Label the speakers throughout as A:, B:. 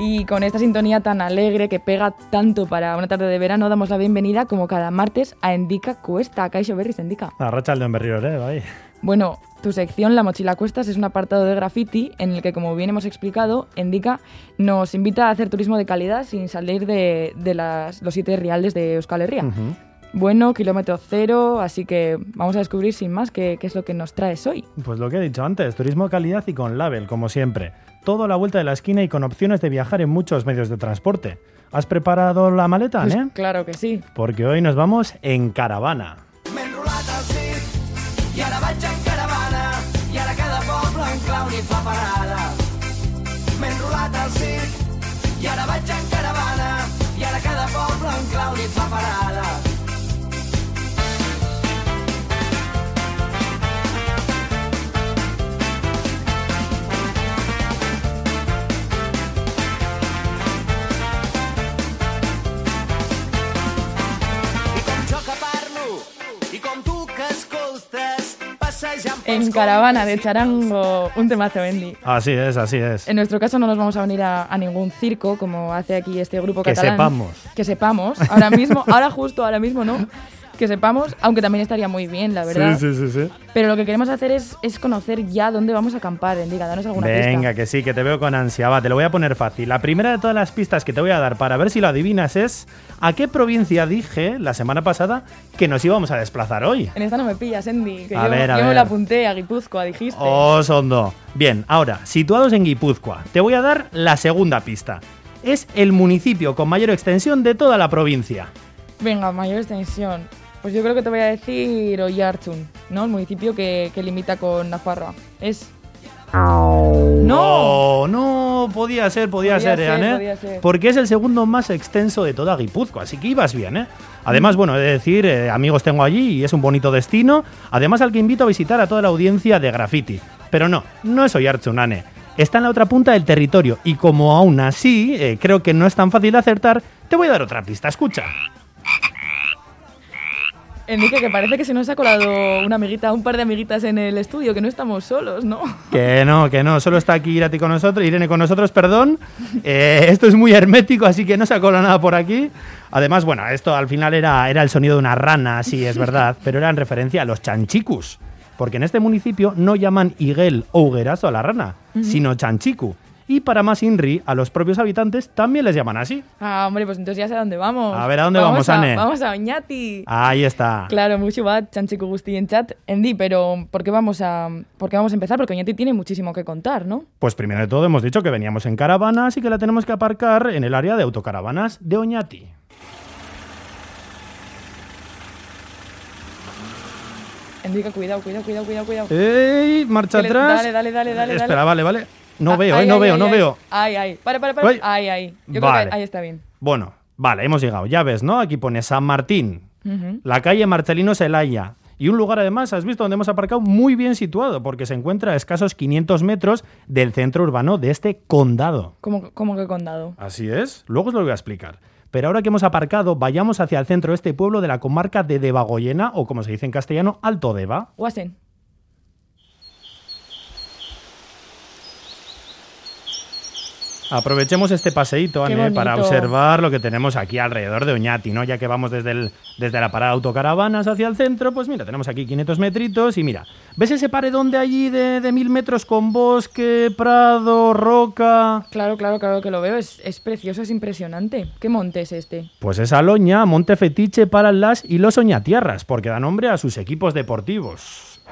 A: Y con esta sintonía tan alegre que pega tanto para una tarde de verano, damos la bienvenida como cada martes a Endika Cuesta, a Caixo Berris Endika.
B: Arracha el berrios, eh, bai.
A: Bueno, tu sección, La Mochila Cuestas, es un apartado de graffiti en el que, como bien hemos explicado, Endika nos invita a hacer turismo de calidad sin salir de, de las, los siete reales de Euskal Herria.
B: Ujú.
A: Bueno, kilómetro cero, así que vamos a descubrir sin más qué, qué es lo que nos traes hoy.
B: Pues lo que he dicho antes, turismo de calidad y con label, como siempre. Todo a la vuelta de la esquina y con opciones de viajar en muchos medios de transporte. ¿Has preparado la maleta,
A: Pues
B: eh?
A: claro que sí.
B: Porque hoy nos vamos en caravana.
C: M'enrolat els dits i ara vaig en caravana i ara cada poble em clau ni fa parada. M'he enrolat els dits i ara vaig en caravana i ara cada poble em clau ni fa parada. I com jo que parlo i com tu que escoltes passejant pels
A: En caravana de
C: contes i
A: charango, un temazo, Andy.
B: Así es, así es.
A: En nuestro caso no nos vamos a venir a, a ningún circo como hace aquí este grupo
B: Que
A: catalán.
B: sepamos.
A: Que sepamos. Ahora mismo, ahora justo, ahora mismo no. Que sepamos, aunque también estaría muy bien, la verdad.
B: Sí, sí, sí, sí.
A: Pero lo que queremos hacer es, es conocer ya dónde vamos a acampar, Endiga. Danos alguna
B: Venga,
A: pista.
B: que sí, que te veo con ansia. Va, te lo voy a poner fácil. La primera de todas las pistas que te voy a dar para ver si lo adivinas es a qué provincia dije la semana pasada que nos íbamos a desplazar hoy.
A: En esta no me pillas, Endy. Que
B: A
A: yo,
B: ver, a
A: yo me
B: ver.
A: la apunté a Guipúzcoa, dijiste.
B: Oh, Sondo. Bien, ahora, situados en Guipúzcoa, te voy a dar la segunda pista. Es el municipio con mayor extensión de toda la provincia.
A: Venga, mayor extensión. Pues yo creo que te voy a decir Oyarchun, ¿no? El municipio que, que limita con Nafarroa. Es. ¡No!
B: Oh, no, podía ser, podía,
A: Podía
B: ser,
A: ser,
B: Ean, ¿eh?
A: podía ser.
B: Porque es el segundo más extenso de toda Guipúzcoa, así que ibas bien, ¿eh? Además,
A: Mm.
B: bueno, he de decir, eh, amigos tengo allí y es un bonito destino, además al que invito a visitar a toda la audiencia de Graffiti. Pero no, no es Oyartzunane. Está en la otra punta del territorio y como aún así eh, creo que no es tan fácil de acertar, te voy a dar otra pista, escucha.
A: Enrique, que parece que se nos ha colado una amiguita, un par de amiguitas en el estudio, que no estamos solos, ¿no?
B: Que no, que no, solo está aquí Irati con nosotros, Irene con nosotros, perdón. Eh, esto es muy hermético, así que no se ha colado nada por aquí. Además, bueno, esto al final era, era el sonido de una rana, sí, es verdad, pero era en referencia a los chanchicus. Porque en este municipio no llaman higuel o huguerazo a la rana, sino chanchicu. Y para más inri, a los propios habitantes también les llaman así.
A: Ah, hombre, pues entonces ya sé a dónde vamos.
B: A ver, ¿a dónde vamos, Ah.
A: a-
B: Ane?
A: Vamos a Oñati.
B: Ahí está.
A: Claro, mucho bat, chanchico gusti en chat, Endi, pero ¿por qué vamos a, por qué vamos a empezar? Porque Oñati tiene muchísimo que contar, ¿no?
B: Pues primero de todo hemos dicho que veníamos en caravana, así que la tenemos que aparcar en el área de autocaravanas de Oñati.
A: Endi, que cuidado, cuidado, cuidado, cuidado, cuidado.
B: ¡Ey! Marcha
A: Dale,
B: atrás.
A: dale, dale, dale, dale,
B: Espera,
A: dale.
B: vale, vale. No
A: Ah,
B: veo,
A: ay,
B: eh, no
A: ay,
B: veo,
A: ay,
B: no
A: ay.
B: veo.
A: Ay, ay, para, para, para.
B: Ay.
A: Ay, ay. Yo
B: Vale.
A: creo que ahí está bien.
B: Bueno, vale, hemos llegado. Ya ves, ¿no? Aquí pone San Martín,
A: Ujú.
B: la calle Marcelino Celaya. Y un lugar, además, has visto, donde hemos aparcado muy bien situado, porque se encuentra a escasos 500 metros del centro urbano de este condado.
A: ¿Cómo, cómo que condado?
B: Así es, luego os lo voy a explicar. Pero ahora que hemos aparcado, vayamos hacia el centro de este pueblo de la comarca de Debagoyena, o como se dice en castellano, Alto Deva.
A: Guasen.
B: Aprovechemos este paseíto,
A: Qué
B: Anne, para
A: bonito.
B: observar lo que tenemos aquí alrededor de Oñati, ¿no? Ya que vamos desde, el, desde la parada de autocaravanas hacia el centro, pues mira, tenemos aquí 500 metritos y mira, ¿ves ese paredón de allí de, de mil metros con bosque, prado, roca?
A: Claro, claro, claro que lo veo. Es, es precioso, es impresionante. ¿Qué monte es este?
B: Pues es Aloña, monte fetiche para las y los Oñatierras, porque da nombre a sus equipos deportivos.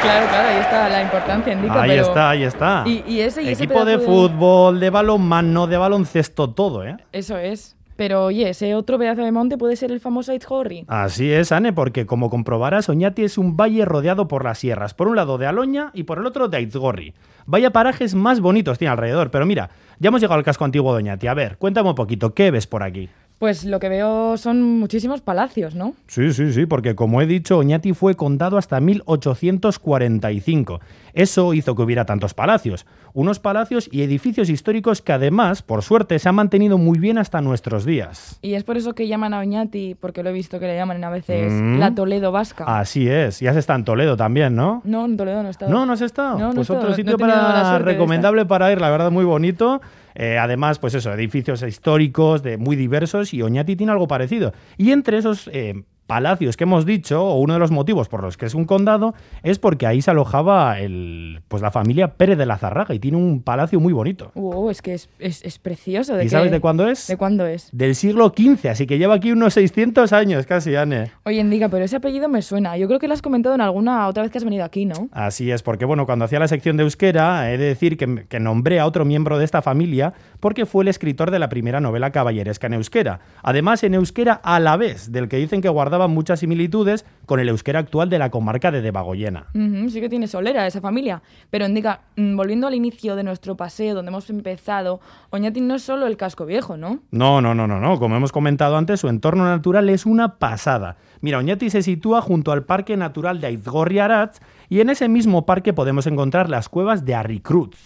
A: Claro, claro, ahí está la importancia, Endica.
B: ahí
A: pero...
B: está, ahí está.
A: Y- y ese- y ese
B: Equipo de
A: pedazo de-
B: fútbol, de balonmano, de baloncesto, todo, ¿eh?
A: Eso es. Pero oye, ese otro pedazo de monte puede ser el famoso Aitzhorri.
B: Así es, Anne, porque como comprobarás, Oñati es un valle rodeado por las sierras, por un lado de Aloña y por el otro de Aizgorri. Vaya parajes más bonitos tiene alrededor, pero mira, ya hemos llegado al casco antiguo de Oñati. A ver, cuéntame un poquito, ¿qué ves por aquí?
A: Pues lo que veo son muchísimos palacios, ¿no?
B: Sí, sí, sí, porque como he dicho, Oñati fue contado hasta 1845. Eso hizo que hubiera tantos palacios, unos palacios y edificios históricos que además, por suerte, se han mantenido muy bien hasta nuestros días.
A: Y es por eso que llaman a Oñati, porque lo he visto que le llaman a veces
B: Mm.
A: la Toledo vasca.
B: Así es, ya se está en Toledo también, ¿no?
A: No, en Toledo no he estado.
B: No, no has estado.
A: No, no he
B: pues
A: estado,
B: otro
A: no he
B: sitio
A: tenido la
B: para
A: suerte de
B: recomendable para ir, la verdad, muy bonito. Eh, además, pues eso, edificios históricos de muy diversos y Oñati tiene algo parecido. Y entre esos eh, palacios que hemos dicho, o uno de los motivos por los que es un condado, es porque ahí se alojaba el, pues la familia Pérez de la Zarraga y tiene un palacio muy bonito.
A: Wow, es que es, es- es precioso.
B: ¿Y
A: ¿De
B: sabes
A: qué-
B: de cuándo es?
A: ¿De cuándo es?
B: Del siglo XV, así que lleva aquí unos 600 años casi, Anne.
A: Oye, Indica, pero ese apellido me suena. Yo creo que lo has comentado en alguna otra vez que has venido aquí, ¿no?
B: Así es, porque bueno, cuando hacía la sección de Euskera, he de decir que, que nombré a otro miembro de esta familia porque fue el escritor de la primera novela caballeresca en Euskera. Además, en Euskera a la vez, del que dicen que guardaba muchas similitudes con el Euskera actual de la comarca de Debagoyena.
A: Ujú, sí que tiene solera esa familia. Pero Indica, mm, volviendo al inicio de nuestro paseo, donde hemos empezado, Oñati no es solo el casco viejo, ¿no?
B: No, no, no, no, no. Como hemos comentado antes, su entorno natural es una pasada. Mira, Oñati se sitúa junto al Parque Natural de Aizgorri Aratz y en ese mismo parque podemos encontrar las cuevas de Arricruz.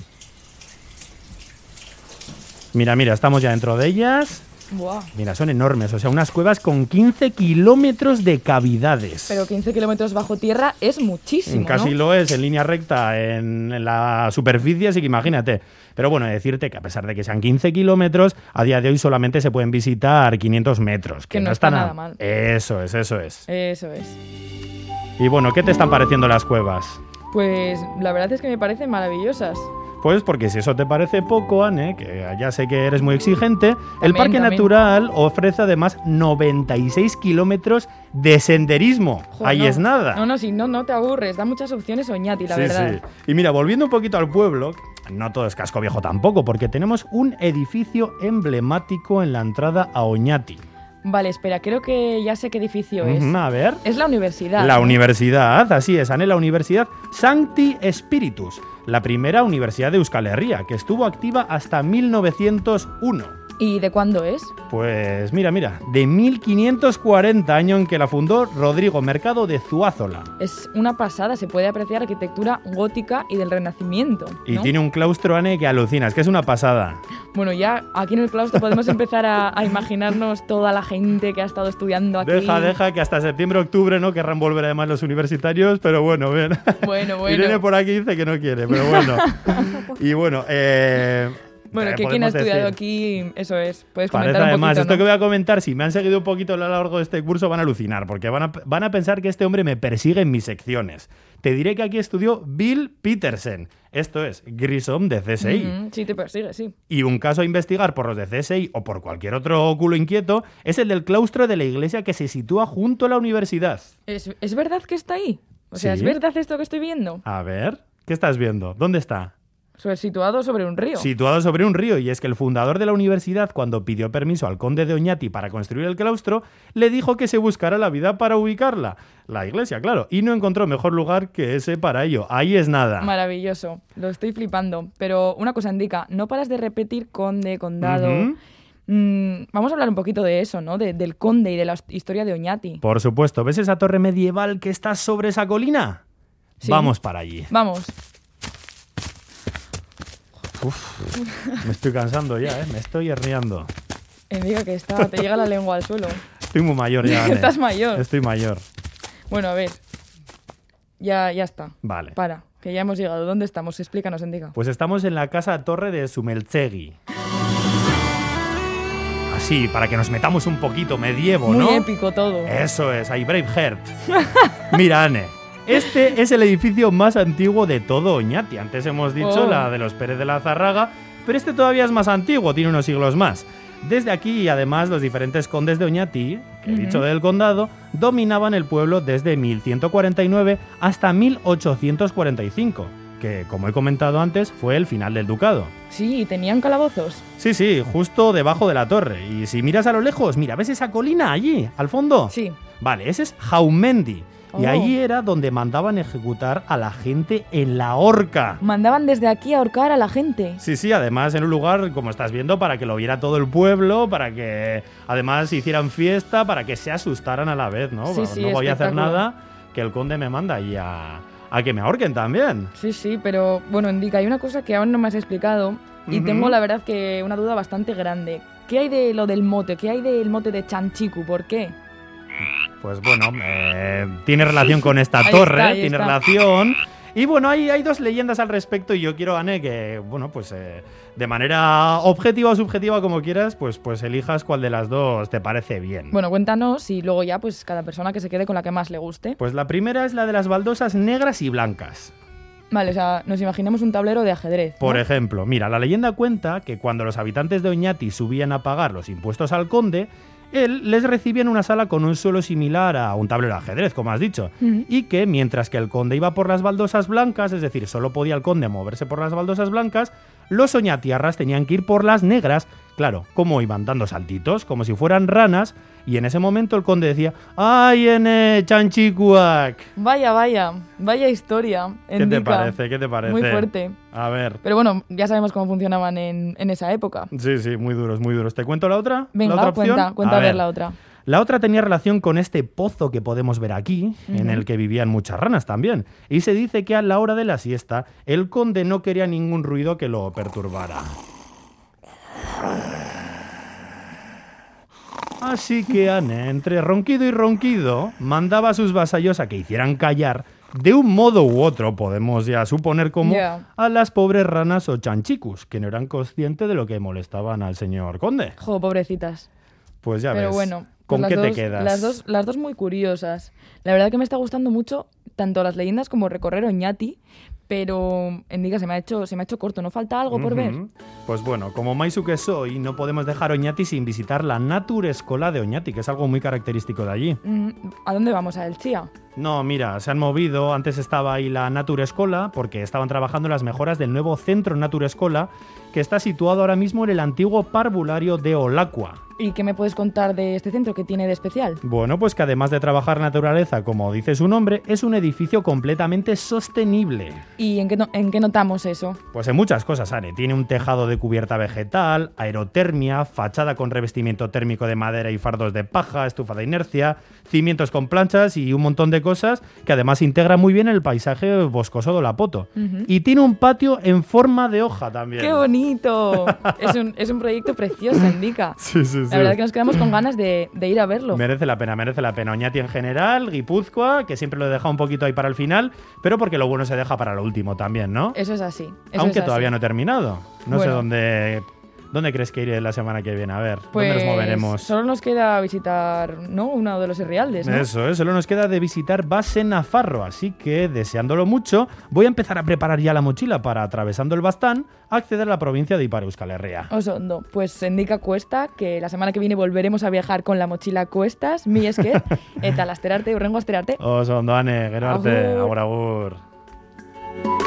B: Mira, mira, estamos ya dentro de ellas.
A: Buah.
B: Mira, son enormes, o sea, unas cuevas con 15 kilómetros de cavidades.
A: Pero 15 kilómetros bajo tierra es muchísimo.
B: Mm, Casi
A: ¿no?
B: lo es en línea recta en, en la superficie, así que imagínate. Pero bueno, decirte que a pesar de que sean 15 kilómetros, a día de hoy solamente se pueden visitar 500 metros, que,
A: Que no
B: está,
A: está nada
B: na-
A: mal.
B: Eso es, eso es.
A: Eso es.
B: Y bueno, ¿qué te están pareciendo las cuevas?
A: Pues la verdad es que me parecen maravillosas.
B: Pues porque si eso te parece poco, Anne, que ya sé que eres muy exigente, el
A: También,
B: Parque
A: también.
B: Natural ofrece además 96 kilómetros de senderismo.
A: Jo,
B: Ahí
A: no.
B: es nada.
A: No, no, si no, no te aburres. Da muchas opciones Oñati, la
B: Sí,
A: verdad.
B: sí. Y mira, volviendo un poquito al pueblo, no todo es casco viejo tampoco, porque tenemos un edificio emblemático en la entrada a Oñati.
A: Vale, espera, creo que ya sé qué edificio es.
B: Mm, A ver.
A: Es la universidad.
B: La universidad, así es, Anne, la universidad Sancti Spiritus, la primera universidad de Euskal Herria, que estuvo activa hasta 1901.
A: ¿Y de cuándo es?
B: Pues mira, mira, de 1540, año en que la fundó Rodrigo Mercado de Zuázola.
A: Es una pasada, se puede apreciar arquitectura gótica y del Renacimiento.
B: Y
A: ¿no?
B: tiene un claustro, Anne, que alucinas, que es una pasada.
A: Bueno, ya aquí en el claustro podemos empezar a, a imaginarnos toda la gente que ha estado estudiando aquí.
B: Deja, deja, que hasta septiembre, octubre no querrán volver además los universitarios, pero bueno, bien.
A: Bueno, bueno.
B: Irene por aquí dice que no quiere, pero bueno. y bueno, eh,
A: Bueno,
B: ¿qué
A: que quien ha
B: podemos
A: estudiado
B: decir?
A: aquí, eso es. Puedes
B: Parece
A: comentar un
B: además,
A: poquito.
B: esto
A: ¿no?
B: que voy a comentar, si me han seguido un poquito a lo largo de este curso, van a alucinar, porque van a, van a pensar que este hombre me persigue en mis secciones. Te diré que aquí estudió Bill Peterson, esto es, Grissom de CSI.
A: Ujú, sí, te persigue, sí.
B: Y un caso a investigar por los de CSI o por cualquier otro culo inquieto es el del claustro de la iglesia que se sitúa junto a la universidad.
A: ¿Es, es verdad que está ahí? O sea, ¿es
B: Sí.
A: verdad esto que estoy viendo?
B: A ver, ¿qué estás viendo? ¿Dónde está?
A: O sea, situado sobre un río.
B: Situado sobre un río, y es que el fundador de la universidad, cuando pidió permiso al conde de Oñati para construir el claustro, le dijo que se buscara la vida para ubicarla. La iglesia, claro, y no encontró mejor lugar que ese para ello. Ahí es nada.
A: Maravilloso, lo estoy flipando. Pero una cosa, indica, no paras de repetir conde, condado.
B: Ujú.
A: Mm, vamos a hablar un poquito de eso, ¿no? De- del conde y de la his- historia de Oñati.
B: Por supuesto, ¿ves esa torre medieval que está sobre esa colina?
A: Sí.
B: Vamos para allí.
A: Vamos,
B: Me estoy cansando ya, ¿eh? me estoy herniando.
A: indica que está, te llega la lengua al suelo.
B: Estoy muy mayor ya. Ane.
A: Estás mayor.
B: Estoy mayor.
A: Bueno, a ver, ya, ya está.
B: Vale.
A: Para, que ya hemos llegado. ¿Dónde estamos? Explícanos, indica.
B: Pues estamos en la casa torre de Sumeltsegi. Así, para que nos metamos un poquito medievo,
A: Muy
B: ¿no? Eh.
A: épico todo.
B: Eso es, ahí Braveheart. Mira, Anne, este es el edificio más antiguo de todo Oñati. Antes hemos dicho
A: Oh.
B: la de los Pérez de la Zarraga, pero este todavía es más antiguo, tiene unos siglos más. Desde aquí, además, los diferentes condes de Oñati, que he
A: Ujú.
B: dicho del condado, dominaban el pueblo desde 1149 hasta 1845, que, como he comentado antes, fue el final del ducado.
A: Sí, y tenían calabozos.
B: Sí, sí, justo debajo de la torre. Y si miras a lo lejos, mira, ¿ves esa colina allí, al fondo?
A: Sí.
B: Vale, ese es Jaumendi, Y
A: Oh.
B: ahí era donde mandaban ejecutar a la gente en la horca.
A: Mandaban desde aquí a ahorcar a la gente.
B: Sí, sí, además en un lugar, como estás viendo, para que lo viera todo el pueblo, para que además hicieran fiesta, para que se asustaran a la vez, ¿no?
A: Sí,
B: Vamos,
A: sí,
B: no voy a hacer
A: espectáculo.
B: nada, que el conde me manda y a, a que me ahorquen también.
A: Sí, sí, pero bueno, Indica, hay una cosa que aún no me has explicado y
B: Ujú.
A: tengo la verdad que una duda bastante grande. ¿Qué hay de lo del mote? ¿Qué hay del mote de Chanchiku? ¿Por qué?
B: Pues bueno, eh, tiene relación con esta
A: Ahí
B: torre,
A: está, ahí
B: tiene
A: está.
B: relación. Y bueno, hay, hay dos leyendas al respecto y yo quiero, Anne, que, bueno, pues eh, de manera objetiva o subjetiva, como quieras, pues, pues elijas cuál de las dos te parece bien.
A: Bueno, cuéntanos y luego ya pues cada persona que se quede con la que más le guste.
B: Pues la primera es la de las baldosas negras y blancas.
A: Vale, o sea, nos imaginemos un tablero de ajedrez. ¿no?
B: Por ejemplo, mira, la leyenda cuenta que cuando los habitantes de Oñati subían a pagar los impuestos al conde, él les recibía en una sala con un suelo similar a un tablero de ajedrez, como has dicho,
A: Ujú.
B: y que mientras que el conde iba por las baldosas blancas, es decir, solo podía el conde moverse por las baldosas blancas, los oñatiarras tenían que ir por las negras, claro, como iban dando saltitos, como si fueran ranas, y en ese momento el conde decía, ¡Ay, en chanchicuac!
A: Vaya, vaya, vaya historia.
B: ¿Qué te
A: Endika.
B: parece? ¿Qué te parece?
A: Muy fuerte.
B: A ver.
A: Pero bueno, ya sabemos cómo funcionaban en, en esa época.
B: Sí, sí, muy duros, muy duros. ¿Te cuento la otra?
A: Venga,
B: ¿La otra opción?
A: cuenta, cuenta a ver. la otra.
B: La otra tenía relación con este pozo que podemos ver aquí, en el que vivían muchas ranas también. Y se dice que a la hora de la siesta, el conde no quería ningún ruido que lo perturbara. Así que Anne, entre ronquido y ronquido, mandaba a sus vasallos a que hicieran callar, de un modo u otro, podemos ya suponer cómo,
A: Ya.
B: a las pobres ranas o chanchicus, que no eran conscientes de lo que molestaban al señor conde.
A: Jo, pobrecitas.
B: Pues ya
A: Pero
B: ves.
A: bueno, pues
B: ¿Con
A: las
B: qué te
A: dos-
B: quedas?
A: Las dos, las dos muy curiosas. La verdad que me está gustando mucho tanto las leyendas como recorrer Oñati, pero en diga se me ha hecho se me ha hecho corto, no falta algo por ver.
B: Ujú. Pues bueno, como Maisu que soy, no podemos dejar Oñati sin visitar la Nature Escola de Oñati, que es algo muy característico de allí.
A: Mm, ¿A dónde vamos a El Chía?
B: No, mira, se han movido. Antes estaba ahí la Nature Escola, porque estaban trabajando en las mejoras del nuevo centro Nature Escola, que está situado ahora mismo en el antiguo parvulario de Olacua.
A: ¿Y qué me puedes contar de este centro que tiene de especial?
B: Bueno, pues que además de trabajar naturaleza, como dice su nombre, es un edificio completamente sostenible.
A: ¿Y en qué, no- en qué notamos eso?
B: Pues en muchas cosas, Anne. Tiene un tejado de cubierta vegetal, aerotermia, fachada con revestimiento térmico de madera y fardos de paja, estufa de inercia, cimientos con planchas y un montón de cosas que además integra muy bien el paisaje boscoso de Olapoto. Y tiene un patio en forma de hoja también.
A: ¡Qué bonito! es, un, es un proyecto precioso, Indica.
B: Sí, sí, sí.
A: La verdad que nos quedamos con ganas de, de ir a verlo.
B: Merece la pena, merece la pena. Oñati en general, Guipúzcoa, que siempre lo he dejado un poquito ahí para el final, pero porque lo bueno se deja para lo último también, ¿no?
A: Eso es así. eso es
B: Aunque
A: así.
B: todavía no he terminado. No sé
A: Bueno.
B: dónde, dónde crees que iré la semana que viene. A ver, ¿dónde
A: Pues
B: nos moveremos?
A: solo nos queda visitar, ¿no? Uno de los Irrealdes, ¿no?
B: Eso, eh, solo nos queda de visitar Base Nafarro, así que deseándolo mucho, voy a empezar a preparar ya la mochila para, atravesando el Bastán, acceder a la provincia de Ipar Euskal Herria.
A: Osondo, pues indica Cuesta que la semana que viene volveremos a viajar con la mochila Cuestas, mi esker,
B: Oh,
A: eta lasterarte, urrengo asterarte.
B: Oso ondo, Ane, gero arte.
A: Agur.
B: agur. agur.